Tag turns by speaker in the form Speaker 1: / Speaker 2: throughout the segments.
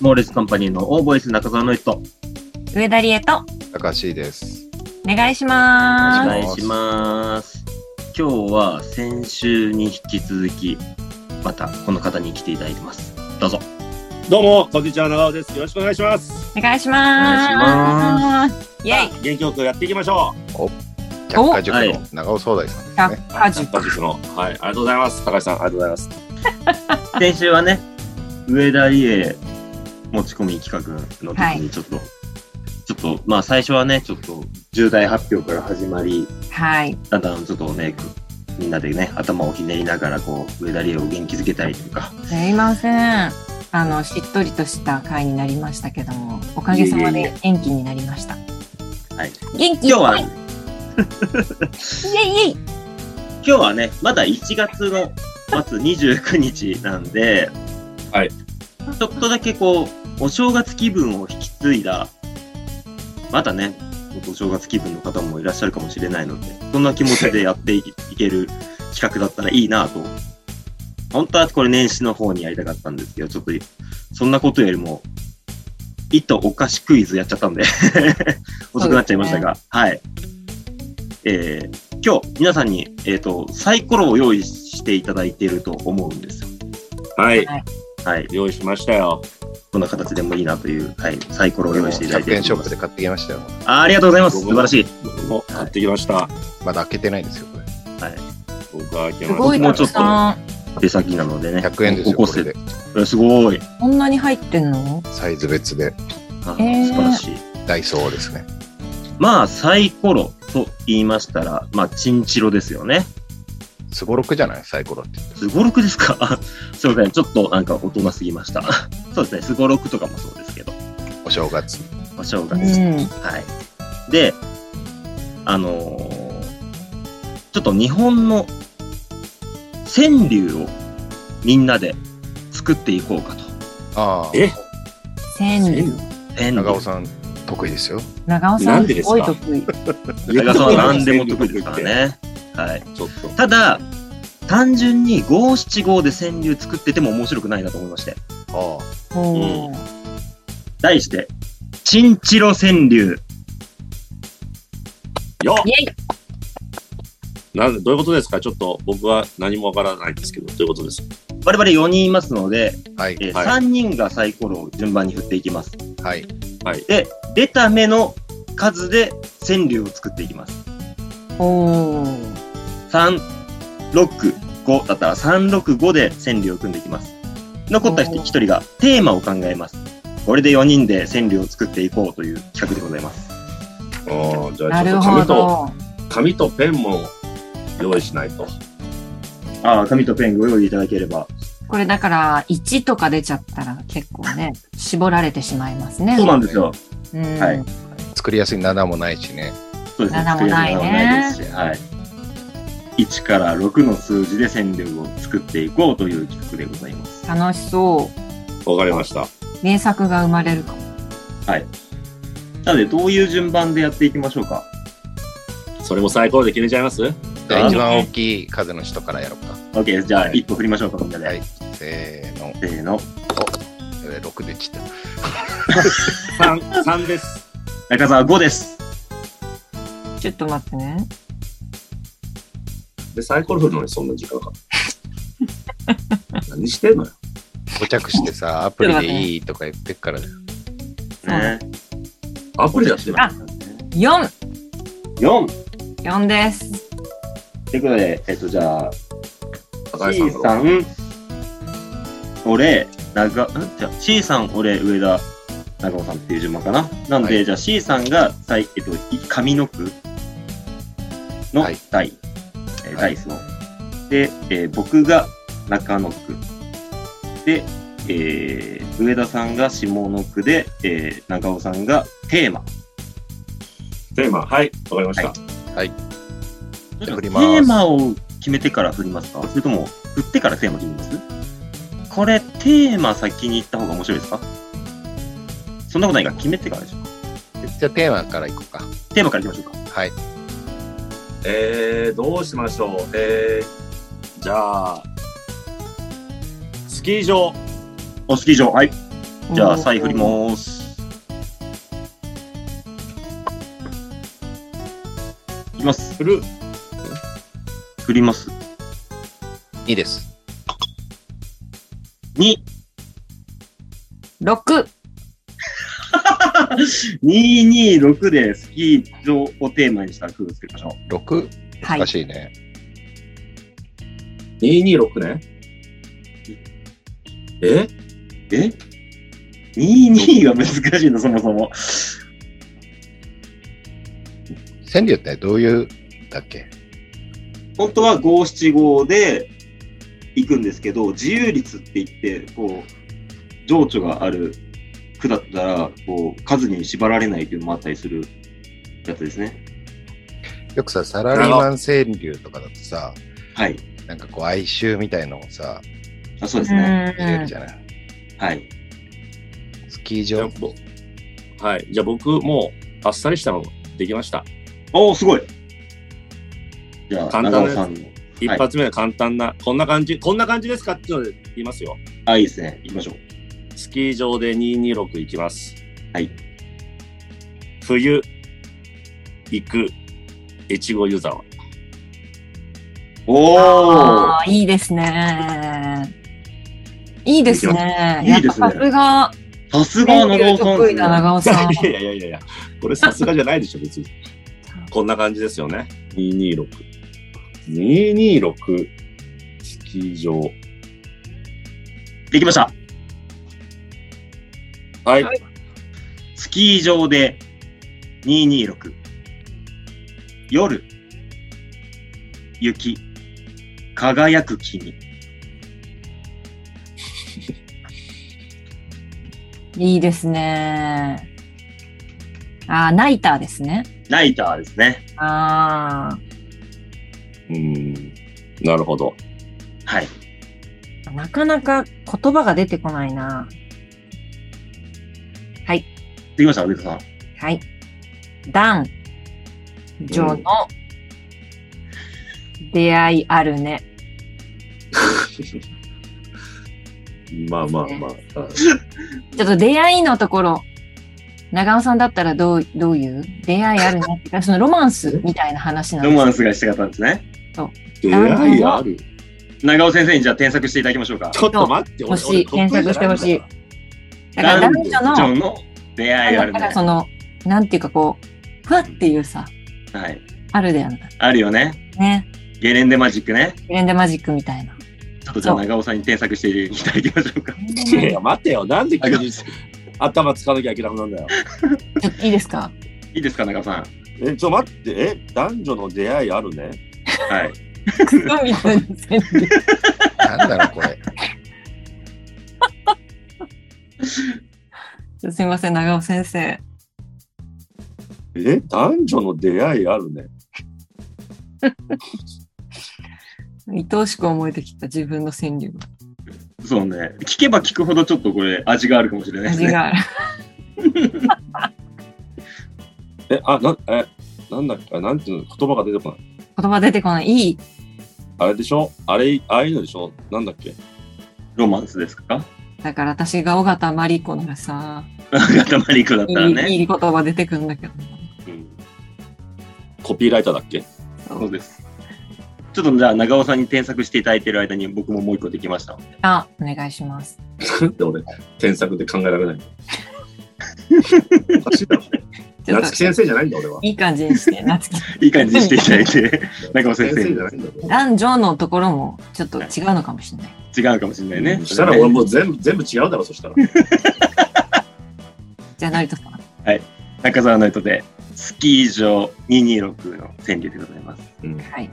Speaker 1: モーレスカンパニーのオーボイス中澤の人。お
Speaker 2: 上田理恵と
Speaker 3: 高橋です。
Speaker 2: お願いしま
Speaker 3: お
Speaker 2: す。
Speaker 1: 願いします。今日は先週に引き続き、またこの方に来ていただいてます。どうぞ。
Speaker 4: どうも、こんにちは、長尾です。よろしくお願いします。
Speaker 2: お願いします。イェイ
Speaker 4: 元気よくやっていきましょ
Speaker 3: 百科塾
Speaker 1: はい
Speaker 3: の長尾壮大さんですね。
Speaker 2: 百科
Speaker 4: う。
Speaker 2: 塾。
Speaker 4: カジの。はい、ありがとうございます。高橋さん、ありがとうございます。
Speaker 1: 先週はね、上田理恵持ち込み企画の時
Speaker 2: はい
Speaker 1: にちょっと、ちょっと、まあ最初はね、ちょっと重大発表から始まり、
Speaker 2: はい。
Speaker 1: だんだんちょっとね、みんなでね、頭をひねりながら、こう、上田理恵を元気づけたりとか、
Speaker 2: すいません。あの、しっとりとした回になりましたけども、おかげさま
Speaker 1: いえいえ
Speaker 2: で元気になりました。
Speaker 1: はい。
Speaker 2: 元気
Speaker 1: 今日は、
Speaker 2: イ
Speaker 1: 今
Speaker 2: ェイイェイ
Speaker 1: 日はね、まだ1月の末29日なんで、
Speaker 4: はい。
Speaker 1: ちょっとだけこう、お正月気分を引き継いだ、まだね、お正月気分の方もいらっしゃるかもしれないので、そんな気持ちでやっていいける企画だったらいいなと。本当はこれ年始の方にやりたかったんですけど、ちょっと、そんなことよりも、いとお菓子クイズやっちゃった んで、遅くなっちゃいましたが、はい。えー今日皆さんに、えっ、と、サイコロを用意していただいていると思うんですよ。
Speaker 4: はい、
Speaker 1: はい。
Speaker 4: 用意しましたよ。
Speaker 1: どんな形でもいいなという、はい、サイコロを
Speaker 3: 俺
Speaker 1: 用
Speaker 3: も
Speaker 1: 意していただい
Speaker 3: 100
Speaker 1: て
Speaker 3: 円ショップで買ってきましたよ。
Speaker 1: あ。ありがとうございます。素晴らしい。
Speaker 4: 僕も買ってきました。
Speaker 3: まだ開けてないんですよ、これ。
Speaker 4: 僕は開け
Speaker 2: す
Speaker 4: ま
Speaker 2: ご
Speaker 4: し
Speaker 2: い
Speaker 1: も
Speaker 2: た
Speaker 1: うちょ
Speaker 2: く
Speaker 1: っと
Speaker 2: さん。
Speaker 1: 手先なのでね。
Speaker 3: 100円です
Speaker 1: 起
Speaker 3: よ、
Speaker 1: こ
Speaker 3: これ
Speaker 1: せ
Speaker 3: で。
Speaker 1: えすごい。
Speaker 2: こんなに入ってんの
Speaker 3: サイズ別で、
Speaker 1: あ
Speaker 2: えー
Speaker 1: 素晴らしい。
Speaker 3: ダイソーですね。
Speaker 1: まあ、サイコロと言いましたら、まあ、チンチロですよね。
Speaker 3: すごろくじゃないサイコロって。
Speaker 1: すごろくですか あすいません。ちょっとなんか大人すぎました。 そうですね。すごろくとかもそうですけど、
Speaker 3: お正月。
Speaker 1: お正
Speaker 2: う
Speaker 1: 月。
Speaker 2: ん。
Speaker 1: はい。で、あのーちょっと日本の川柳をみんなで作っていこうかと。
Speaker 3: ああ。
Speaker 4: え
Speaker 2: 川柳。
Speaker 1: 川柳
Speaker 3: 長尾さん、得意ですよ。
Speaker 2: 長尾さ、
Speaker 4: なんんですですか
Speaker 2: ごい得意。
Speaker 4: た。
Speaker 1: 長尾さんは何でも得意ですから。ね。はい。
Speaker 4: ちょっと。
Speaker 1: ただ、単純に五七五で川柳作ってても面白くないなと思いまして。
Speaker 3: あ
Speaker 2: おー
Speaker 1: 題して、チンチロ川柳。
Speaker 4: よ
Speaker 2: イェイ
Speaker 4: なんでどういうことですかちょっと僕は何もわからないんですけど、どういうことですか
Speaker 1: 我々4人いますので、
Speaker 3: あ。はい。
Speaker 1: えー
Speaker 4: はい
Speaker 1: 3人がサイコロを順番に振っていきます。
Speaker 3: はい。
Speaker 1: で、出た目の数で川柳を作っていきます。
Speaker 2: おー
Speaker 1: 3、6、5だったら3、6、5で川柳を組んでいきます。残った人
Speaker 2: おー
Speaker 1: 1人がテーマを考えます。これで4人で川柳を作っていこうという企画でございます。
Speaker 4: ああ、じゃ
Speaker 2: な
Speaker 4: あちょ
Speaker 2: る
Speaker 4: っと紙
Speaker 2: ほ
Speaker 4: と、
Speaker 2: ど。
Speaker 4: 紙とペンも用意しないと。
Speaker 1: ああ、紙とペンご用意いただければ。
Speaker 2: これだから、1とか出ちゃったら結構ね、絞られてしまいますね。
Speaker 1: そうなんですよ。
Speaker 2: うん
Speaker 1: はい
Speaker 3: 作りやすい7もないしね。
Speaker 1: そうですね。
Speaker 2: 七もないね
Speaker 1: 作りやすいものはないですし、はい。1から6の数字で川柳を作っていこうという企画でございます。
Speaker 2: 楽しそう。
Speaker 4: わかりました。
Speaker 2: 名作が生まれるかも。
Speaker 1: なので、どういう順番でやっていきましょうか
Speaker 4: それも最高で決めちゃいます
Speaker 3: じ
Speaker 1: あ
Speaker 3: ゃ
Speaker 1: の
Speaker 3: あ、一番大きい数の人からやろうか。
Speaker 1: ?OK です。じゃあ、
Speaker 4: はい
Speaker 1: 1個振りましょうか、みんなで。
Speaker 3: はいせーの。
Speaker 1: せーの。
Speaker 3: えー6でちった。
Speaker 4: 三三です。
Speaker 1: 中澤5です。
Speaker 2: ちょっと待ってね。
Speaker 4: で、サイコロ振るのにそんな時間か。何してんのよ。
Speaker 3: 固着し てさ、アプリでいいとか言ってっから、
Speaker 1: ね。
Speaker 4: アプリでやってる。
Speaker 2: あ、4
Speaker 1: 4!
Speaker 2: 4です。
Speaker 1: ということで、えっと、じゃあ、
Speaker 4: 高
Speaker 1: C
Speaker 4: 橋さん
Speaker 1: さん、俺、長、んじゃあ C さん、俺、上田、長尾さんっていう順番かな。なんで、
Speaker 3: は
Speaker 1: じゃあ C さんが、最えっと、い上の句の
Speaker 3: はい
Speaker 1: 題、えー
Speaker 3: は
Speaker 1: ダ
Speaker 3: い
Speaker 1: イスの。で、えー僕が中の句。で、えー上田さんが下の句で、えー長尾さんがテーマ。
Speaker 4: テーマ、はい、わかりました。
Speaker 1: テ
Speaker 3: ゃあ振ります
Speaker 1: ーマを決めてから振りますかそれとも、振ってからテーマ決めますこれ、テーマ先に行った方が面白いですかそんなことないから決めてからでしょうか
Speaker 3: じゃあテーマからいこうか。
Speaker 1: テーマから行きましょうか。
Speaker 3: はい。
Speaker 4: えー、どうしましょう。えー、じゃあ、スキー場。
Speaker 1: お、スキー場。はい。じゃあ、サイ振ります。いきます。
Speaker 4: 振る。
Speaker 1: 振ります。
Speaker 3: いいです。
Speaker 1: 2、
Speaker 2: 6。
Speaker 1: 226でスキー場をテーマにした句を作りましょ
Speaker 3: 6、
Speaker 2: は
Speaker 3: 難
Speaker 2: い。
Speaker 3: しいね。
Speaker 4: 226ね。え
Speaker 1: う。え ?22 が難しいの、そもそも。
Speaker 3: 川柳ってどういうだっけ
Speaker 1: 本当は五七五で行くんですけど、自由率って言って、こう、情緒がある句だったら、こう、数に縛られないというのもあったりするやつですね。
Speaker 3: よくさ、サラリーマン川柳とかだとさ、
Speaker 1: はい。
Speaker 3: なんかこう哀愁みたいのをさ、
Speaker 1: あそうですね。
Speaker 3: 入れる
Speaker 2: う
Speaker 3: じゃない。
Speaker 1: はい。
Speaker 3: スキー
Speaker 4: じゃあ
Speaker 3: 場。
Speaker 4: ぼはい。じゃあ僕、もう、あっさりしたのできました。
Speaker 1: おお、すごいじゃあ、
Speaker 4: 簡
Speaker 1: 長尾
Speaker 4: 単なやつ
Speaker 1: さんの。
Speaker 4: 一発目は簡単な、こんな感じ、こんな感じですかっていうので言いますよ。
Speaker 1: あ、いいですね。行きましょう。
Speaker 4: スキー場で226行きます。
Speaker 1: はい。
Speaker 4: 冬、行く、越後湯沢。
Speaker 1: おお
Speaker 2: ああ、いいですね。いいですね。
Speaker 1: いいですね
Speaker 2: やっぱさすが、
Speaker 1: さすが
Speaker 2: 川
Speaker 1: 長尾
Speaker 2: 柳
Speaker 1: さん
Speaker 2: 得
Speaker 1: です
Speaker 2: 意
Speaker 1: ね。
Speaker 2: な長尾さん。
Speaker 4: いやいやいやいや、これさすがじゃないでしょ、別に。 こんな感じですよね。226。226、スキー場。
Speaker 1: できました。
Speaker 4: はい。
Speaker 2: は
Speaker 1: スキー場で226夜雪輝く君
Speaker 2: いいですね。ああ、ナイターですね。
Speaker 1: ナイターですね
Speaker 2: あ
Speaker 4: うん。なるほど。
Speaker 1: はい
Speaker 2: あ、なかなか言葉が出てこないな。
Speaker 1: できました上田さん
Speaker 2: はい。ダン、ジョの、出会いあるね。
Speaker 4: まあまあまあ。
Speaker 2: ちょっと出会いのところ、長尾さんだったらどう、どういう出会いある ねって、そのロマンスみたいな話なん
Speaker 1: ロ
Speaker 2: です
Speaker 1: マンスがしたかったんですね
Speaker 4: 出会いある。
Speaker 1: 長尾先生にじゃあ添削していただきましょうか
Speaker 4: ちょっと待って、
Speaker 2: 欲しい検索してほしい。だから
Speaker 1: 男
Speaker 2: 男女の、
Speaker 1: 女の出会いある
Speaker 2: だから
Speaker 1: ね
Speaker 2: その、なんていうかこう、ふわっていうさ、
Speaker 1: はい
Speaker 2: あるであるな
Speaker 1: あるよね
Speaker 2: ね。
Speaker 1: ゲレンデマジックね
Speaker 2: フレンデマジックみたいな。
Speaker 1: ちょっとじゃあ長尾さんに添削していただきましょうか
Speaker 4: いやいや、待てよ。なんで急に頭つかなきゃいけなくなるんだよ。
Speaker 2: ちょっといいですか
Speaker 1: いいですか長尾さん
Speaker 4: え、ちょ、待って。え、男女の出会いあるね。
Speaker 1: はい
Speaker 2: クソみたいな線で
Speaker 3: なんだろう、これ。
Speaker 2: すいません、長尾先生。
Speaker 4: え、男女の出会いあるね。
Speaker 2: 愛おしく思えてきた自分の川柳が。
Speaker 1: そうね聞けば聞くほどちょっとこれ味があるかもしれないです
Speaker 2: 味
Speaker 1: ね
Speaker 2: がある。
Speaker 4: え、あ、な、え、なんだっけ、あなんていうの、言葉が出てこない。
Speaker 2: 言葉出てこない。いい。
Speaker 4: あれでしょあれ、ああいうのでしょなんだっけ
Speaker 1: ロマンスですか
Speaker 2: だから私が尾形マリ子ならさ、
Speaker 1: 頭リクだっ
Speaker 2: い
Speaker 1: たら
Speaker 2: い,、
Speaker 1: ね
Speaker 2: いい言葉出てくるんだけど。
Speaker 1: うん
Speaker 4: コピーライターだっけ
Speaker 1: そうです。ちょっとじゃあ長尾さんに添削していただいてる間に僕ももう一個できました。
Speaker 2: あ、お願いします。
Speaker 4: なんで俺、添削で考えられないのおかしいだろ。
Speaker 2: ちょっ
Speaker 4: 夏木
Speaker 2: と
Speaker 4: 先生じゃないんだ俺は。
Speaker 2: いい感じにして、夏 木。
Speaker 1: いい感じにしていただいて、 中尾先生
Speaker 4: じゃないんだ俺
Speaker 2: 男女のところもちょっと違うのかもしれない。
Speaker 1: 違うかもしれないね。
Speaker 4: したら俺もう全部、全部違うだろ、そしたら。
Speaker 2: じゃあ、成田さん。
Speaker 1: 中澤の人で、スキー場226の川柳でございます。
Speaker 2: はい。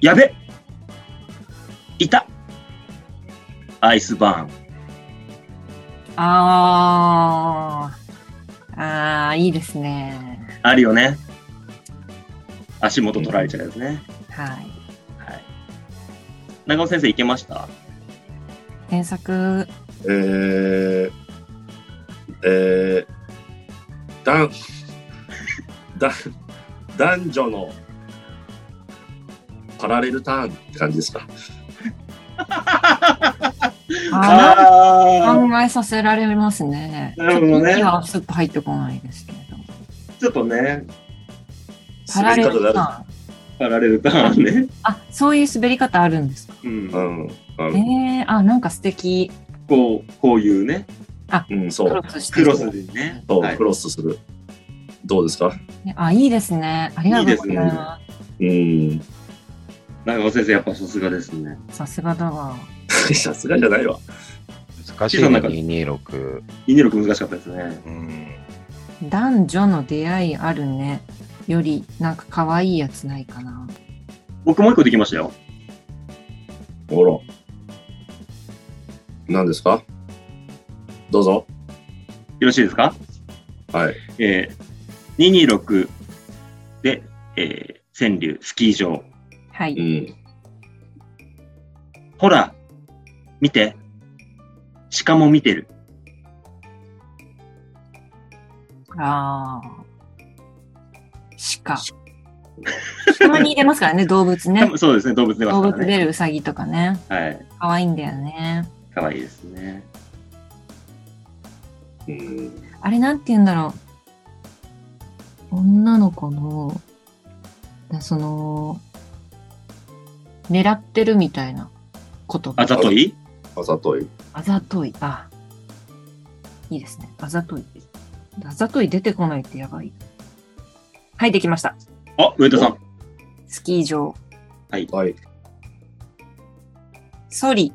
Speaker 1: やべいたアイスバーン。
Speaker 2: あー。あー、いいですね。
Speaker 1: あるよね。足元取られちゃうやつね。
Speaker 2: はい。
Speaker 1: はい。中尾先生いけました
Speaker 2: 添削、
Speaker 4: えー、えー、男、だ男女のパラレルターンって感じですか。
Speaker 2: あ
Speaker 1: あー、
Speaker 2: 考えさせられますね。
Speaker 1: なるほどね
Speaker 2: 今はスッと入ってこないですけれど。
Speaker 1: ちょっとね、
Speaker 2: パラレル
Speaker 4: 滑り方
Speaker 2: ターン。
Speaker 1: パラレルターンね。
Speaker 2: あ、そういう滑り方あるんですか。
Speaker 1: うん
Speaker 4: だ。うん。あの
Speaker 2: ねえ、あ、なんか素敵。
Speaker 1: こう、こういうね、
Speaker 4: うん、そ
Speaker 2: ク
Speaker 4: う
Speaker 2: ロ。スして
Speaker 1: ク
Speaker 2: る
Speaker 1: ロスでね。
Speaker 4: そう、
Speaker 1: はい
Speaker 4: クロスする。どうですか
Speaker 2: ねあ、いいですね。ありがとうござ
Speaker 1: い
Speaker 2: い
Speaker 1: いです
Speaker 2: ま
Speaker 4: うん。
Speaker 1: 長尾先生、やっぱさすがですね。
Speaker 2: す。さすがだわ。
Speaker 4: さすがじゃないわ。
Speaker 3: 難しい ね、226。
Speaker 1: イネロ君難しかったですね。
Speaker 3: うん。
Speaker 2: 男女の出会いあるね。より、なんか可愛いやつないかな。
Speaker 1: 僕もう一個できましたよ。
Speaker 4: ほら。何ですかどうぞ。
Speaker 1: よろしいですか
Speaker 4: はい。
Speaker 1: えー、226で、えー、川柳、スキー場。
Speaker 2: は
Speaker 4: う
Speaker 2: い。
Speaker 4: ん。
Speaker 1: ほら、見て。鹿も見てる。
Speaker 2: ああ。鹿。鹿に出ますからね、動 物ね。
Speaker 1: そうですね、動物出ます
Speaker 2: 動
Speaker 1: か
Speaker 2: 物
Speaker 1: らね。
Speaker 2: 出るウサギとかね。
Speaker 1: はい。
Speaker 2: 可愛いんだよね。
Speaker 1: 可愛いですね。
Speaker 4: うん。
Speaker 2: あれなんて言うんだろう。女の子の、なその、狙ってるみたいなこと。
Speaker 1: あざとい
Speaker 4: あざとい。
Speaker 2: あざとい。あ、いいですね。あざとい。あざとい出てこないってやばい。はい、できました。
Speaker 1: あ、上田さん。
Speaker 2: スキー場。
Speaker 4: はい。
Speaker 2: ソリ。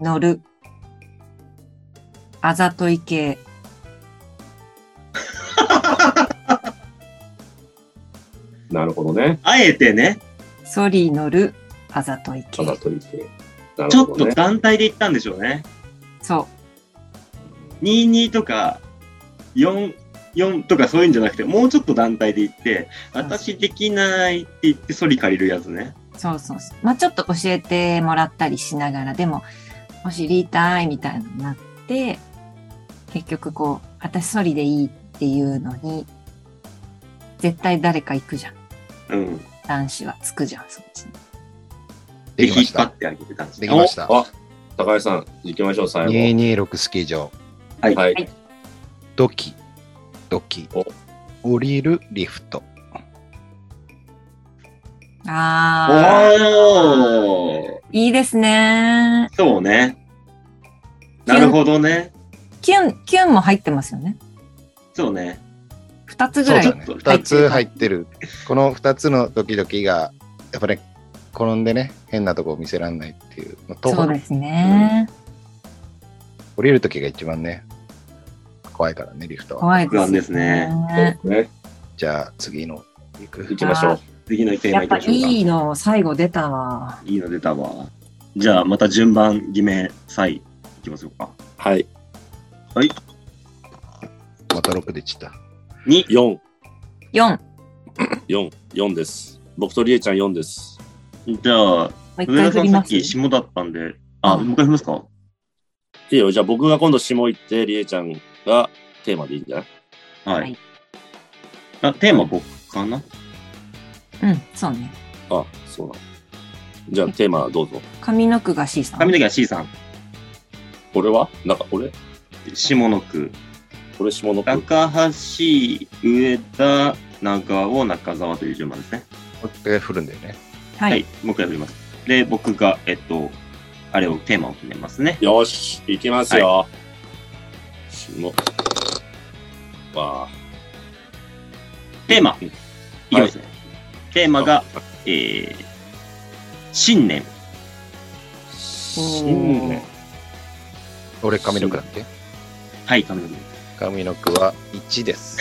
Speaker 2: 乗る。あざとい系。
Speaker 4: なるほどね。
Speaker 1: あえてね、
Speaker 2: ソリ乗る。あざとい
Speaker 4: あ
Speaker 2: 系。
Speaker 4: ざとい系。な
Speaker 1: ち
Speaker 4: る
Speaker 1: ょ
Speaker 4: ほ
Speaker 1: っ
Speaker 4: ど
Speaker 1: と
Speaker 4: ね。
Speaker 1: 団体で行ったんでしょうね。
Speaker 2: そ
Speaker 1: 22とか4、4とかそういうんじゃなくて、もうちょっと団体で行って、私できないって言ってソリ借りるやつね。
Speaker 2: う。そうそうそう。まあちょっと教えてもらったりしながら、でも、お知りたいみたいになって、結局こう、私ソリでいいっていうのに、絶対誰か行くじゃん。
Speaker 1: うん。
Speaker 2: 男子はつくじゃん、そっちに。
Speaker 3: で
Speaker 1: 引
Speaker 3: きま
Speaker 1: っ
Speaker 3: し。
Speaker 1: 張ったてあげてたんです
Speaker 3: できました。
Speaker 4: あ、高橋さん、行きましょう、最後。
Speaker 3: 226スキー場。
Speaker 1: はい。
Speaker 4: はい。
Speaker 2: はい
Speaker 3: ドキ、ドキ。降りるリフト。
Speaker 2: あ
Speaker 1: おー
Speaker 2: あ、いいですね。
Speaker 1: そうね。なるほどね。
Speaker 2: キュン、キュンも入ってますよね。
Speaker 1: そうね。
Speaker 2: 二つぐ
Speaker 3: そう
Speaker 2: らい。
Speaker 3: だ
Speaker 2: う
Speaker 3: ね。2つ入ってる。この2つのドキドキが、やっぱり、転んでね、変なとこ見せらんないっていうのと、
Speaker 2: ですね。
Speaker 3: 降りる時が一番ね、怖いからね、リフトは。
Speaker 2: 怖いです
Speaker 1: 不安ですね。
Speaker 4: ね。
Speaker 3: じゃあ、次の行
Speaker 4: 行
Speaker 3: く。
Speaker 4: きましょう。
Speaker 1: 次のテー
Speaker 2: や
Speaker 1: マ
Speaker 2: っ
Speaker 1: いき
Speaker 2: ぱ
Speaker 1: ま
Speaker 2: い
Speaker 1: しょうか。
Speaker 2: いの最後出たわ。
Speaker 1: いいの出たわ。じゃあ、また順番決め、際、いきましょうか。
Speaker 4: はい。
Speaker 3: また6でちった。
Speaker 1: 2、
Speaker 4: 4、
Speaker 2: 4。も
Speaker 4: 4、4です。僕とりえちゃん4です。
Speaker 1: じゃあ、
Speaker 2: う一
Speaker 1: 上
Speaker 2: 回
Speaker 1: 田
Speaker 2: 振
Speaker 1: さ
Speaker 2: り
Speaker 1: んさ
Speaker 2: ま
Speaker 1: っ
Speaker 2: す。
Speaker 1: き下だったんで、あ、
Speaker 2: うん
Speaker 1: もう一回振りますか
Speaker 4: いいよ、じゃあ僕が今度下行って、りえちゃんがテーマでいいんじゃない
Speaker 1: は
Speaker 2: はいい。
Speaker 1: あ、テーマ僕かな
Speaker 2: うん、そうね。
Speaker 4: あ、そうなの。じゃあテーマどうぞ。
Speaker 2: 上の句が C さん。
Speaker 1: 髪の毛は C さん、
Speaker 4: 俺はなんか俺
Speaker 1: 下の句、
Speaker 4: 俺下の句。
Speaker 1: 高橋、上田、長尾、中澤という順番ですね。
Speaker 3: もう一回振るんだよね。
Speaker 2: は
Speaker 1: はいい。、もう一回振ります。で、僕が、えっと、あれを、テーマを決めますね。
Speaker 4: よし、行きますよ。下。わあ。
Speaker 1: テーマ、
Speaker 4: うん
Speaker 1: いきますね。テーマが、えー、新年。
Speaker 4: 新年。
Speaker 3: 俺、髪の毛だっけ
Speaker 1: はい、髪の毛。
Speaker 3: 髪の毛は1です。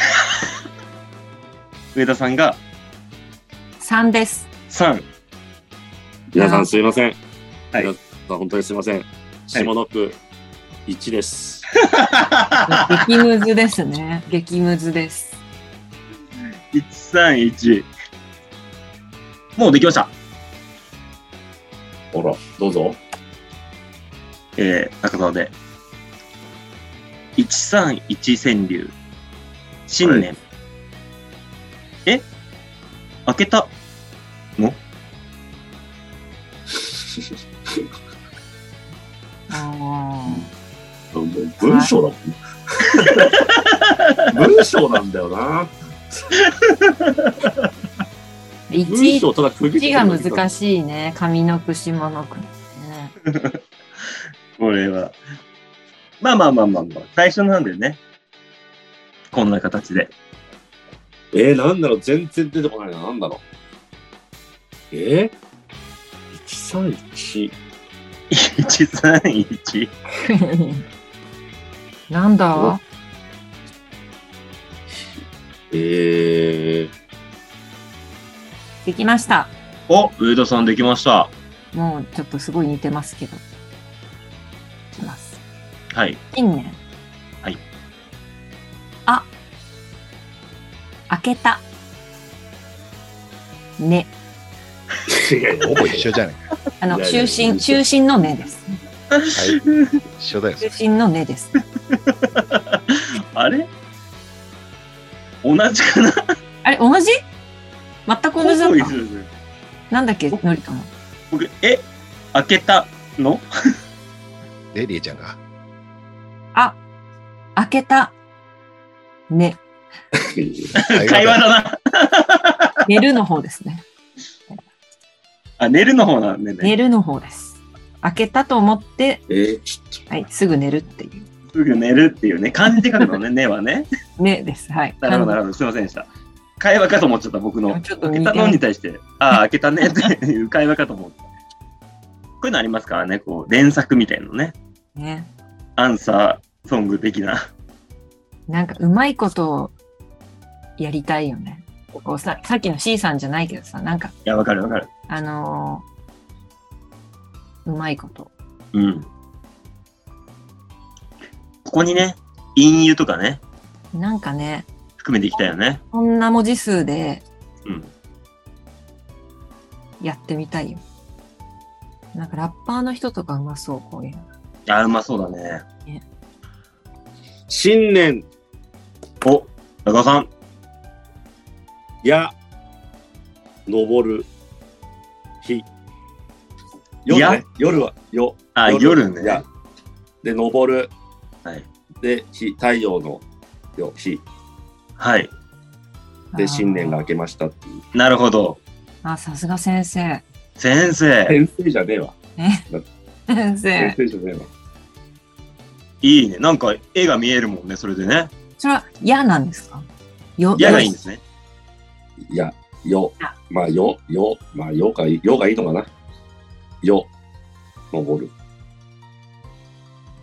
Speaker 1: 上田さんが
Speaker 2: 3です。
Speaker 1: 3。
Speaker 4: 皆さんすいません。
Speaker 1: はい
Speaker 4: 皆さん本当にすいません。下の句1です。
Speaker 2: 激ムズですね。激ムズです。
Speaker 1: 131。もうできました。
Speaker 4: ほら、どうぞ。
Speaker 1: えー、中澤で。131川柳。新年。え開けた。の
Speaker 2: あ
Speaker 4: もう文章だもんね。文章なんだよな。
Speaker 2: ー一
Speaker 4: 文章ただ区切
Speaker 2: 字が難
Speaker 4: しい。
Speaker 2: しいね。上の句、下の句ね。
Speaker 1: これは。まあまあまあまあまあ、最初なんでね。こんな形 で。
Speaker 4: えー、なんだろう全然出てこないな。なんだろうえー、?131。
Speaker 1: 131。
Speaker 2: なんだ
Speaker 4: えー、
Speaker 2: できました。
Speaker 1: お上田さんできました。
Speaker 2: もうちょっとすごい似てますけど。いきます。
Speaker 1: はい。
Speaker 2: 近年。
Speaker 1: はい。
Speaker 2: あ。開けた。ね。
Speaker 4: いやいや
Speaker 3: ほぼ一緒じゃない。
Speaker 2: あの、
Speaker 4: いやいや
Speaker 2: 中心、中心のねです。
Speaker 3: はい。一緒だよ。
Speaker 2: 中心のねです。
Speaker 1: あれ同じかな
Speaker 2: あれ、同じ全く同じだっ
Speaker 1: 細い
Speaker 2: た
Speaker 1: 数。字
Speaker 2: なんだっけ、のりとも。
Speaker 1: 僕、え、開けたの
Speaker 3: レリエちゃんが。
Speaker 2: あ、開けた。ね。
Speaker 1: 会話だな。
Speaker 2: 寝るの方ですね。
Speaker 1: あ、寝るの方なんで ね。
Speaker 2: 寝るの方です。開けたと思って、
Speaker 4: えー、ちょっ
Speaker 2: はい、すぐ寝るってい
Speaker 1: すぐ寝るっていうね、漢字書くのね、寝は ね。
Speaker 2: う。ねです。はい。
Speaker 1: なるほど、なるほど。すいませんでした。会話かと思っちゃった、僕の。
Speaker 2: ちょっと
Speaker 1: 開
Speaker 2: 似
Speaker 1: け
Speaker 2: て
Speaker 1: たのに対して、ああ、開けたねっていう会話かと思った。こういうのありますからね、こう、連作みたいのね。
Speaker 2: ね。
Speaker 1: アンサーソング的 な。
Speaker 2: なんかうまいことをやりたいよね。こうささっきの C さんじゃないけどさ、なんか、
Speaker 1: いや、わかるわかる。
Speaker 2: あのーうまいこと。
Speaker 1: うん。ここにね、陰湯とかね、
Speaker 2: なんかね、
Speaker 1: 含めていきたいよね。
Speaker 2: こんな文字数で
Speaker 1: うん。
Speaker 2: やってみたいよ。なんかラッパーの人とかうまそう、こういうの。
Speaker 1: ああ、うまそうだね。
Speaker 4: と新年、
Speaker 1: お、中尾さん。
Speaker 4: や、登る、日。
Speaker 1: や
Speaker 4: 夜ね。夜は、よ。
Speaker 1: あ、夜ね。
Speaker 4: やで、登る、
Speaker 1: はい。
Speaker 4: で、日、太陽の、よ、日。
Speaker 1: はい。
Speaker 4: で、新年が明けましたっていう。
Speaker 1: なるほど。
Speaker 2: あー、さすが先生。
Speaker 1: 先生。
Speaker 4: 先生じゃねえわ。
Speaker 2: 先
Speaker 4: 先
Speaker 2: 生。
Speaker 4: 生じゃねえわ。
Speaker 1: いいね。なんか絵が見えるもんね、それでね。
Speaker 2: それは嫌なんですかよ
Speaker 1: 嫌がいいんですね。
Speaker 4: いや、よ
Speaker 2: あ。
Speaker 4: まあ、よ、よ。まあ、よがいい、よがいいのかな。よ、登る。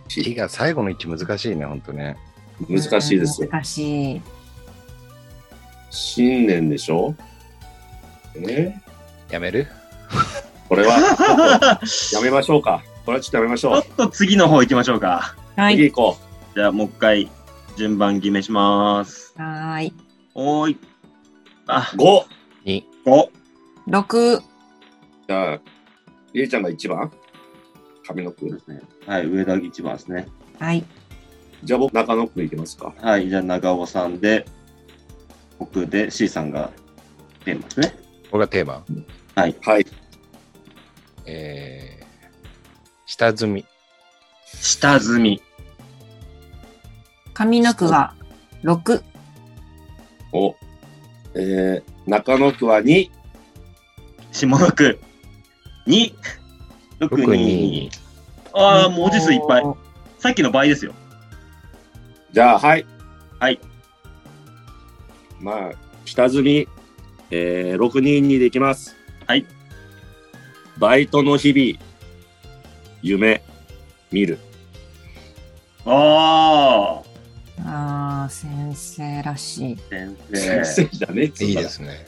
Speaker 3: 日が最後の位置難しいね、ほんとね。
Speaker 4: 難しいですよ。
Speaker 2: 難しい。
Speaker 4: 新年でしょえ
Speaker 3: やめる
Speaker 4: これは、ちょっとやめましょうか。これはちょっとやめまし
Speaker 1: ち
Speaker 4: ょ
Speaker 1: ょ
Speaker 4: う
Speaker 1: っ。と次の方行きましょうか。
Speaker 2: はい。
Speaker 4: 次行こ
Speaker 1: じゃあ、もう一回、順番決めします。
Speaker 2: はーい。
Speaker 1: おーい。あ
Speaker 4: う。、5!
Speaker 3: に
Speaker 1: 5。
Speaker 2: 6。
Speaker 4: じゃあ、りえちゃんが1番上の句。
Speaker 1: はい、上田一番ですね。
Speaker 2: はい。
Speaker 4: じゃあ僕、中野区いきますか。
Speaker 1: はい、じゃあ長尾さんで、僕で C さんがテーマですね。
Speaker 3: これがテーマ。
Speaker 4: はい。
Speaker 3: えー、下積み。
Speaker 1: 下積み。
Speaker 2: 上の句は6。
Speaker 4: お。えー、中野区は2。
Speaker 1: 下の句。2。
Speaker 3: 特
Speaker 1: 6
Speaker 3: に
Speaker 1: に。ああ、文字数いっぱい。さっきの倍ですよ。
Speaker 4: じゃあ、はい。
Speaker 1: はい。
Speaker 4: まあ、下積み、えー、622でいきます。
Speaker 1: はい。
Speaker 4: バイトの日々、夢、見る。
Speaker 1: ああ。
Speaker 2: ああ、先生らしい。
Speaker 1: 先生。
Speaker 4: じゃねえっつ
Speaker 3: い
Speaker 4: うん
Speaker 3: い
Speaker 4: だ
Speaker 3: ですね。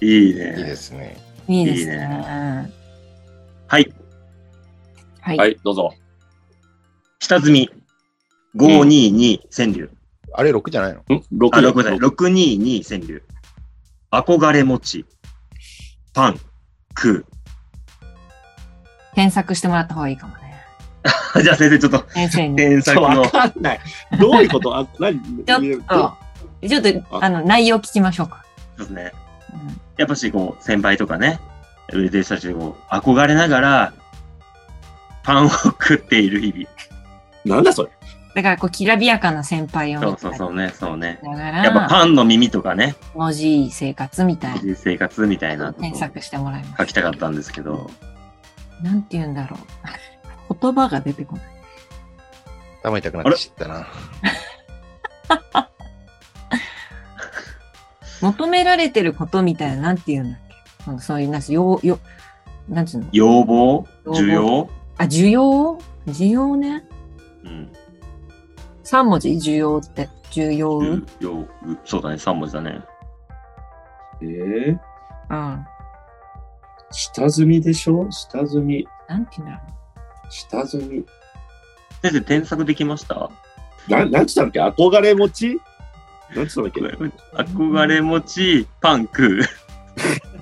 Speaker 1: いい
Speaker 3: いい
Speaker 1: ね。
Speaker 3: ですね。
Speaker 2: いいです
Speaker 1: いい
Speaker 2: ね。
Speaker 1: ねはい。
Speaker 2: はい。
Speaker 4: はい、どうぞ。
Speaker 1: 下積み。522川柳。
Speaker 3: あれ6じゃないの
Speaker 4: ん ?6
Speaker 1: あ、ごめんなさい。622川柳。憧れ持ち。パン。食
Speaker 2: 検索してもらった方がいいかもね。
Speaker 1: う。 じゃあ先生、ちょっと、
Speaker 2: 先生に。
Speaker 1: 添削の
Speaker 4: わ。かんない。どういうことあ、何
Speaker 2: ちょっと、ちょっと、あの、内容聞きましょうか。
Speaker 1: そうですね。
Speaker 2: うん
Speaker 1: やっぱしこう、先輩とかね、売れてる人たちにこう、憧れながら、パンを食っている日
Speaker 4: なんだそれ。
Speaker 2: だからこうきらびやかな先輩を
Speaker 1: 々。
Speaker 2: 見
Speaker 1: そうそう
Speaker 2: た
Speaker 1: そうね、そうね。
Speaker 2: りなが
Speaker 1: やっぱ
Speaker 2: ら、
Speaker 1: パンの耳とかね、
Speaker 2: 文字いい生活みたいな
Speaker 1: 生活みたいな
Speaker 2: 検索してもらいます。
Speaker 1: 書きたかったんですけど、
Speaker 2: なんて言うんだろう。言葉が出てこない。
Speaker 3: 頭痛くなってきちゃったな。
Speaker 2: 求められてることみたいな、なんて言うんだっけ。そのそういう、なんすよう、よう、なんつうの。
Speaker 1: 要望需
Speaker 2: 要
Speaker 1: 要
Speaker 2: あ、需要需要ね。
Speaker 1: うん。
Speaker 2: 3文字需要って。需要。うん。
Speaker 1: 需要うそうだね、3文字だね。
Speaker 4: えー、
Speaker 2: な
Speaker 4: 下積みでしょ下積み。
Speaker 2: んて言うんだろ
Speaker 4: 下積み。
Speaker 1: 先生、添削できました
Speaker 4: ななんつったんだっけ憧れ持ちなんつったんだっけ
Speaker 1: 憧れ持ち、パン食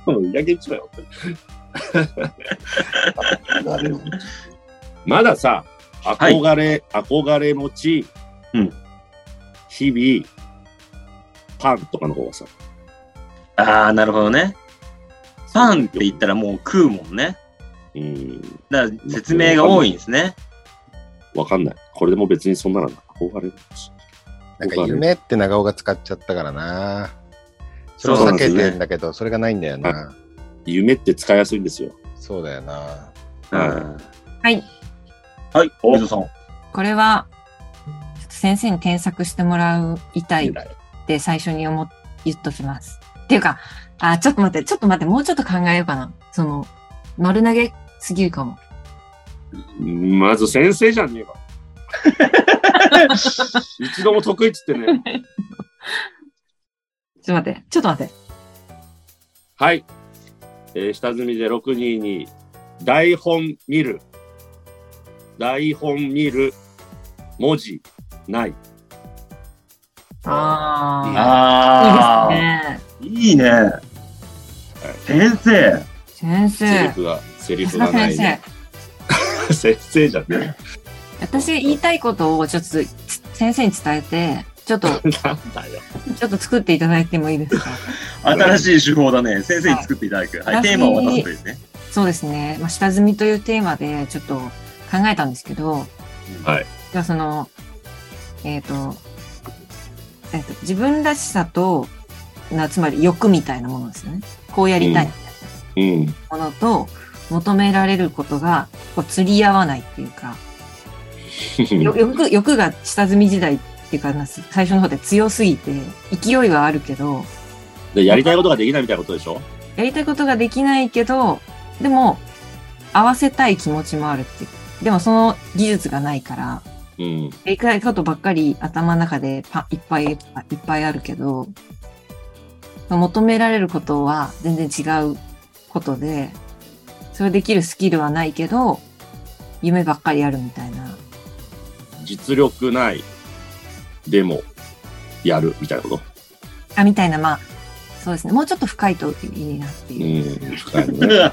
Speaker 1: う。
Speaker 4: もう裏切っちまえよ。
Speaker 3: なるほど
Speaker 4: まださ、憧れ、憧れ持ち、
Speaker 1: うん
Speaker 4: 日々、パンとかの方がさ、
Speaker 1: ああ、なるほどね。パンって言ったらもう食うもんね。
Speaker 4: うん、
Speaker 1: だから説明が多いんですね。
Speaker 4: わかんない。これでも別にそんなの憧れ持ち。
Speaker 3: なんか夢って長尾が使っちゃったからな。それを
Speaker 1: そうなん
Speaker 3: 避
Speaker 1: で
Speaker 3: け
Speaker 1: すね
Speaker 3: てんだけど、それがないんだよな。
Speaker 4: 夢って使いやすいんですよ。
Speaker 3: そうだよな。
Speaker 1: うん
Speaker 4: はい
Speaker 2: う。はい。
Speaker 1: はい、
Speaker 4: お
Speaker 1: 水戸さん。
Speaker 2: これは、ちょっと先生に添削してもらういたいっ
Speaker 4: 未来
Speaker 2: て最初に思っ言っときます。っていうか、あ、ちょっと待って、ちょっと待って、もうちょっと考えようかな。その、丸投げすぎるかも。
Speaker 4: まず先生じ ゃねえか。一度も得意っつってね。
Speaker 2: ちょっと待って、ちょっと待って。
Speaker 4: はい。えー下積みで622。台本見る。台本見る。文字ない。
Speaker 2: あ
Speaker 1: あ
Speaker 2: あ。
Speaker 1: ー、
Speaker 2: いいですね。
Speaker 1: いいね。先生。
Speaker 2: 先
Speaker 4: セリ
Speaker 2: 生。
Speaker 4: フが、セリ
Speaker 2: 安
Speaker 4: フ
Speaker 2: 田
Speaker 4: がな
Speaker 2: 先
Speaker 4: い、
Speaker 2: 生
Speaker 4: ね。。 先生じゃね
Speaker 2: 私言いたいことをちょっとつ先生に伝えて、ち ょっと、
Speaker 4: え。なんだよ。
Speaker 2: ちょっと作っていただいてもいいですか
Speaker 1: 新しい手法だね。先生に作っていただく。はい、
Speaker 2: はい
Speaker 1: テーマを渡すというね。
Speaker 2: そうですね。まあ、下積みというテーマでちょっと考えたんですけど、
Speaker 4: はい
Speaker 2: じゃあその、えっ、と、えっ、と、自分らしさと、なつまり欲みたいなものですよね。こうやりたい
Speaker 4: うん。
Speaker 2: ものと、求められることが、こう、釣り合わないっていうか、よ欲欲が下積み時代っていうかな最初の方で強すぎて勢いはあるけど
Speaker 4: でやりたいことができないみたいなことでしょ
Speaker 2: やりたいことができないけどでも合わせたい気持ちもあるっていうでもその技術がないから
Speaker 4: うん。
Speaker 2: やりたいことばっかり頭の中でパいっぱいいっぱいいっぱいあるけど求められることは全然違うことでそれできるスキルはないけど夢ばっかりあるみたいな
Speaker 4: 実力ない。でも、やる。みたいなこと。
Speaker 2: あ、みたいな、まあ、そうですね。もうちょっと深いといいなって
Speaker 4: う
Speaker 2: いう。
Speaker 4: ん。深い ね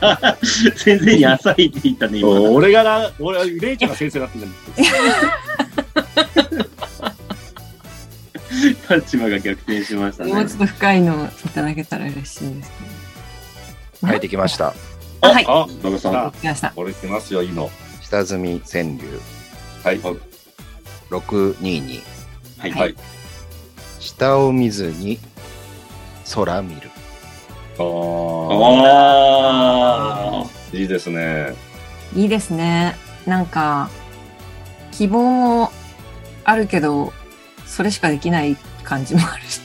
Speaker 1: 先生に浅いって言ったね、今。
Speaker 4: 俺がな、俺、レイちゃんが先生だったじゃん。
Speaker 1: 立場が逆転しました
Speaker 2: もう
Speaker 1: ね
Speaker 2: ちょ。っと深いのをいただけたら嬉しいんですけど。
Speaker 3: はい、できまし。た。
Speaker 2: あはい
Speaker 4: あ、
Speaker 1: 馬場さん。
Speaker 4: さ
Speaker 2: できました。
Speaker 4: これ来ますよ、いいの。
Speaker 3: 下積み川柳
Speaker 4: はい。
Speaker 3: 622。
Speaker 1: はい。
Speaker 2: は
Speaker 1: はい
Speaker 2: い。
Speaker 3: 下を見ずに空見 る。
Speaker 4: あ
Speaker 1: あ
Speaker 4: あ、いいですね。
Speaker 2: いいですね。なんか、希望もあるけど、それしかできない感じもあるし。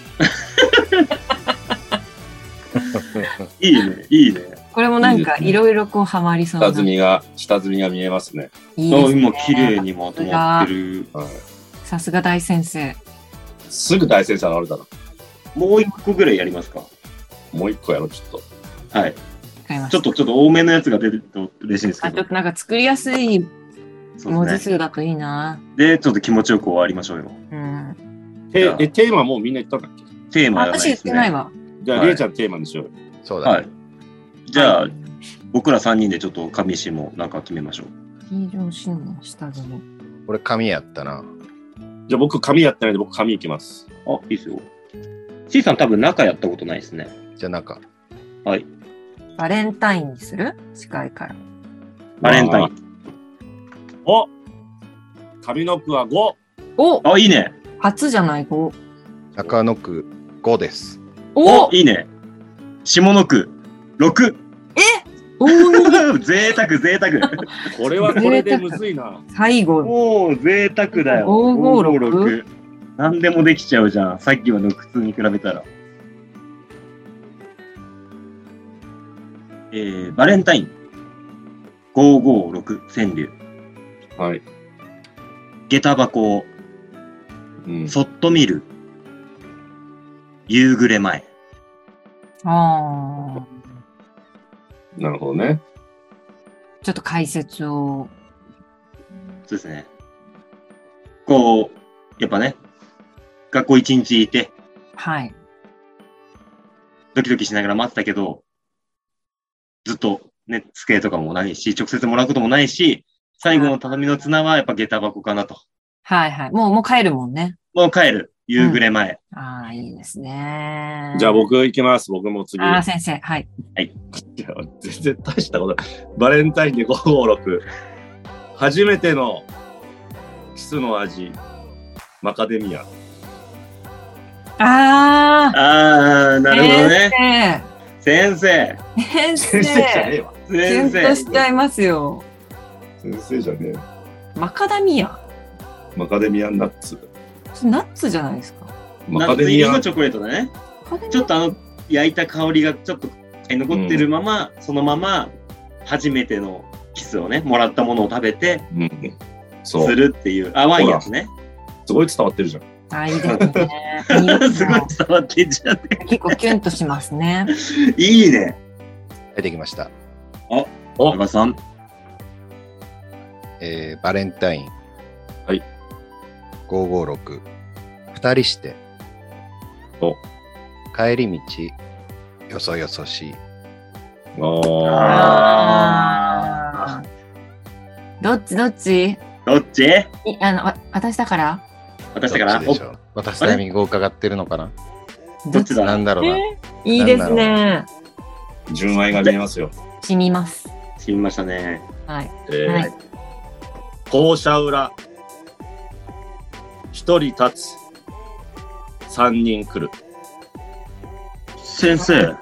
Speaker 1: ー。いいね、いいね。
Speaker 2: これもなんか、
Speaker 4: いいですね
Speaker 2: いろいろこう、ハマりそうな。
Speaker 4: 下積みが、下積みが見えますね。
Speaker 2: いい
Speaker 1: あ
Speaker 2: ですね
Speaker 1: 今、綺麗にまとまってる。
Speaker 4: はい
Speaker 2: さすが大先生。
Speaker 4: すぐ大先生現れたな。
Speaker 1: もう一個ぐらいやりますか。
Speaker 4: もう一個やろう、ちょっ
Speaker 1: はい。
Speaker 2: 使いまし
Speaker 1: ちょ
Speaker 2: た。
Speaker 1: っと、ちょっと多めのやつが出ると嬉しいんですけ
Speaker 2: あちょ
Speaker 1: ど
Speaker 2: っ。となんか作りやすい
Speaker 1: そう
Speaker 2: 文
Speaker 1: で
Speaker 2: 字
Speaker 1: すね。
Speaker 2: 数だといいな。
Speaker 1: で、ちょっと気持ちよく終わりましょうよ。
Speaker 2: うん。
Speaker 1: じゃ
Speaker 4: と
Speaker 1: あ。
Speaker 4: え、えテーマもうみんな言ったんだっけ
Speaker 1: テーマ
Speaker 2: あ
Speaker 1: やらない
Speaker 2: 私
Speaker 1: で
Speaker 2: 言っ
Speaker 1: す
Speaker 2: てない
Speaker 1: ね。
Speaker 2: わ。
Speaker 4: じゃあ、
Speaker 1: はい
Speaker 4: レイちゃんテーマにしようよ。
Speaker 3: そうだ、ね。
Speaker 1: はい。じゃあ、僕ら3人でちょっと上石もなんか決めましょう。
Speaker 2: 黄色信号下積み。
Speaker 3: 俺、紙やったな。
Speaker 4: じゃあ、僕、紙やってないんで、僕、紙いきます。
Speaker 1: あ、いいですよ。C さん多分中やったことないですね。
Speaker 3: じゃあ、なんか、
Speaker 2: バレンタインにする近いから。
Speaker 1: バレンタイン。
Speaker 4: 5。上の句は5。
Speaker 2: お
Speaker 1: あ、いいね。
Speaker 2: 初じゃないお
Speaker 3: 中野区5です。
Speaker 2: お
Speaker 1: いいね。下の句、6。
Speaker 2: おー
Speaker 1: 贅沢、贅沢。
Speaker 4: これはこれでむずい な。
Speaker 2: 最後。
Speaker 1: おー、贅沢だよ。
Speaker 2: 556
Speaker 1: 556何でもできちゃうじゃん。さっきまでの苦痛に比べたら。えー、バレンタイン。556川柳。
Speaker 4: はい。
Speaker 1: 下駄箱を
Speaker 4: うん、
Speaker 1: そっと見る。夕暮れ前。
Speaker 2: ああ。
Speaker 4: なるほどね。
Speaker 2: ちょっと解説を。
Speaker 1: そうですね。こう、やっぱね、学校一日いて、
Speaker 2: はい。
Speaker 1: ドキドキしながら待ってたけど、ずっとね、机とかもないし、直接もらうこともないし、最後の畳の綱はやっぱ下駄箱かなと。
Speaker 2: はいはい。もう、もう帰るもんね。
Speaker 1: もう帰る。夕暮れ前。
Speaker 2: ああ、いいですね。
Speaker 4: じゃあ僕行きます。僕も次。
Speaker 2: ああ、先生。はい。
Speaker 4: いや全然大したことない。バレンタインで556。初めてのキスの味。マカデミア。
Speaker 2: ああ。
Speaker 1: あー、なるほどね。
Speaker 2: ね。
Speaker 1: 先生。
Speaker 2: 先
Speaker 4: 先生じゃね
Speaker 2: 生。
Speaker 4: えわ。
Speaker 2: キュ
Speaker 1: 先
Speaker 2: ンとし
Speaker 1: 生。
Speaker 2: ちゃいますよ。
Speaker 4: 先生じゃねえわ。
Speaker 2: マカダミア。
Speaker 4: マカデミアンナッツ。
Speaker 2: それナッツじゃないですか。
Speaker 4: マ
Speaker 1: ナ
Speaker 4: カ
Speaker 1: ッツ
Speaker 4: デ
Speaker 1: 入り
Speaker 4: ミア
Speaker 1: の
Speaker 4: ン。
Speaker 1: チョコレートだね。
Speaker 2: マカダミア
Speaker 1: ちょっとあの、焼いた香りがちょっと残ってるまま、そのまま、初めてのキスをね、もらったものを食べて、
Speaker 4: うん。そ
Speaker 1: す
Speaker 4: う。
Speaker 1: るっていう、淡いやつね。
Speaker 4: すごい伝わってるじゃん。
Speaker 2: ああ、いいですね。いいです
Speaker 1: すごい
Speaker 2: ね
Speaker 1: 伝わってんじゃん。
Speaker 2: 結構キュンとしますね。
Speaker 1: いいね。
Speaker 3: 出てきました。
Speaker 4: お
Speaker 1: 馬場さん。
Speaker 3: えーバレンタイン。
Speaker 4: はい。
Speaker 3: 556。二人して。
Speaker 4: お
Speaker 3: 帰り道、よそよそしい。
Speaker 4: あ
Speaker 1: あ
Speaker 2: あーどっちどっち
Speaker 1: どっち
Speaker 2: いあの、わ私だから
Speaker 1: 私だから
Speaker 3: どっちでしょう私タイミングを伺ってるのかな
Speaker 1: どっちだ
Speaker 3: なんだろうな。
Speaker 2: えーいいですね。
Speaker 4: あ、純愛が見えますよ。
Speaker 2: 染みます。
Speaker 1: お死にましたね。
Speaker 2: はい。
Speaker 4: えー
Speaker 2: はい
Speaker 4: 校舎裏。一人立つ。三人来る。
Speaker 1: 先生。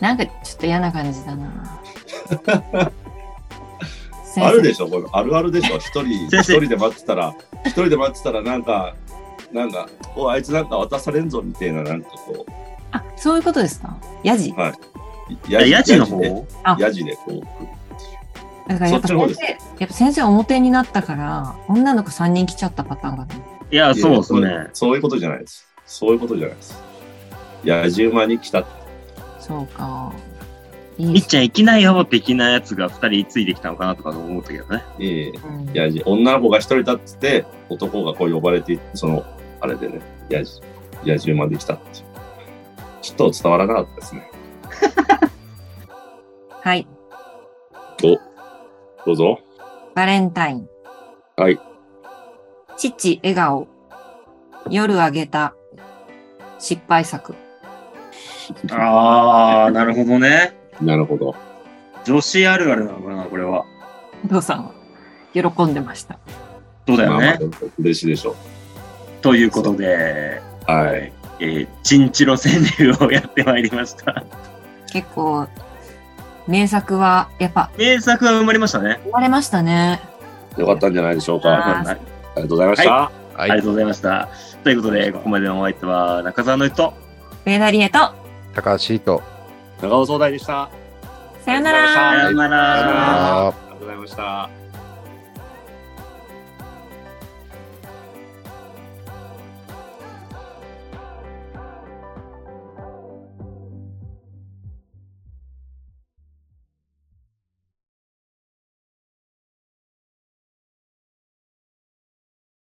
Speaker 2: なんかちょっと嫌な感じだな。先
Speaker 4: あるでしょ、これあるあるでしょ、一人、
Speaker 1: 生
Speaker 4: 一人で待ってたら、一人で待ってたら、なんか、なんか、おあいつなんか渡されんぞみたいな、なんかこ
Speaker 2: あ、そういうことですか。ヤジ。
Speaker 4: う、
Speaker 1: いや家賃の方
Speaker 4: やじで
Speaker 2: あ
Speaker 4: やじでこ
Speaker 2: だからやっぱ
Speaker 4: そっちの
Speaker 2: 先
Speaker 4: 方です
Speaker 2: 生、やっぱ先生表になったから、女の子3人来ちゃったパターンがね。
Speaker 1: いや、
Speaker 4: う、
Speaker 1: そうです
Speaker 4: いや
Speaker 1: ね。
Speaker 4: そういうことじゃないです。そういうことじゃないです。やじ馬に来た。
Speaker 2: そうか。いい
Speaker 1: みっちゃん、行きないよって行きないやつが二人ついてきたのかなとかと思ったけどね。
Speaker 4: ええ
Speaker 2: うん
Speaker 4: やじ、女の子が一人立ってて、男がこう呼ばれて、その、あれでね、やじ、やじ馬で来たっていう。ちょっと伝わらなかったですね。
Speaker 2: はい。
Speaker 4: どうぞ。
Speaker 2: バレンタイン。
Speaker 4: はい。
Speaker 2: 父、笑顔。夜あげた。失敗作。
Speaker 1: あー、なるほどね。
Speaker 4: なるほど。
Speaker 1: 女子あるあるなのかな、これは。
Speaker 2: お父さんは喜んでました。
Speaker 1: そうだ
Speaker 4: ま
Speaker 1: よ
Speaker 4: あまあ
Speaker 1: ね。
Speaker 4: 嬉しいでしょ
Speaker 1: ということで、
Speaker 4: う。はい。
Speaker 1: えー、チンチロ川柳をやってまいりました。
Speaker 2: 結構、名作はやっぱ
Speaker 1: 名作は生まれましたね。
Speaker 2: 生まれましたね。
Speaker 4: よかったんじゃないでしょう
Speaker 2: あ
Speaker 4: か。
Speaker 2: ー
Speaker 1: はい
Speaker 4: ありがとうございました。
Speaker 3: は
Speaker 1: ありがとうございました。ということで、ここまでのお相手は中澤の人。
Speaker 2: ベーダリエと、
Speaker 3: 高橋と。
Speaker 4: 長尾総大でした。
Speaker 2: さよな
Speaker 4: ありが
Speaker 1: さよ
Speaker 2: ら
Speaker 4: とうございました
Speaker 1: うなら。
Speaker 4: ありがとうございました。